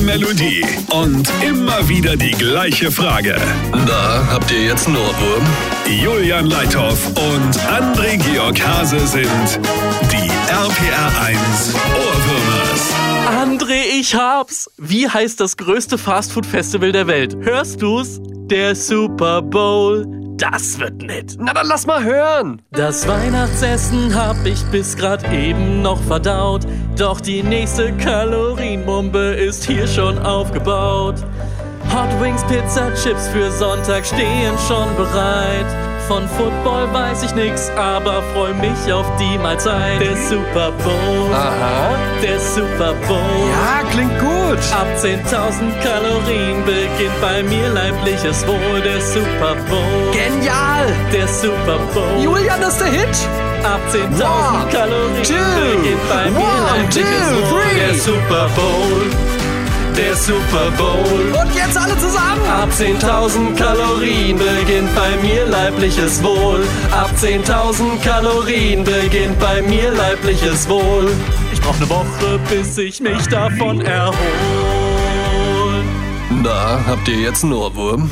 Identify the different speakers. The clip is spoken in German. Speaker 1: Melodie und immer wieder die gleiche Frage.
Speaker 2: Na, habt ihr jetzt einen Ohrwurm?
Speaker 1: Julian Leithoff und André Georg Hase sind die RPR 1 Ohrwürmers.
Speaker 3: André, ich hab's! Wie heißt das größte Fastfood-Festival der Welt? Hörst du's? Der Super Bowl. Das wird nett.
Speaker 2: Na dann lass mal hören.
Speaker 3: Das Weihnachtsessen hab ich bis grad eben noch verdaut. Doch die nächste Kalorienbombe ist hier schon aufgebaut. Hot Wings, Pizza, Chips für Sonntag stehen schon bereit. Von Football weiß ich nix, aber freu mich auf die Mahlzeit. Der Super Bowl,
Speaker 2: Aha.
Speaker 3: der Super Bowl.
Speaker 2: Ah. Ja, klingt gut.
Speaker 3: Ab 10.000 Kalorien beginnt bei mir leibliches Wohl. Der Super Bowl,
Speaker 2: Genial.
Speaker 3: der Super Bowl.
Speaker 2: Julian, das ist der Hit.
Speaker 3: Ab 10.000
Speaker 2: One,
Speaker 3: Kalorien
Speaker 2: two,
Speaker 3: beginnt bei mir
Speaker 2: one,
Speaker 3: leibliches
Speaker 2: two,
Speaker 3: Wohl.
Speaker 2: three.
Speaker 3: Der Super Bowl, der Super Bowl.
Speaker 2: Und jetzt alle zusammen.
Speaker 3: Ab 10.000 Kalorien beginnt bei mir leibliches Wohl. Ab 10.000 Kalorien beginnt bei mir leibliches Wohl. Ich brauch eine Woche, bis ich mich davon erhol.
Speaker 2: Na, habt ihr jetzt einen Ohrwurm?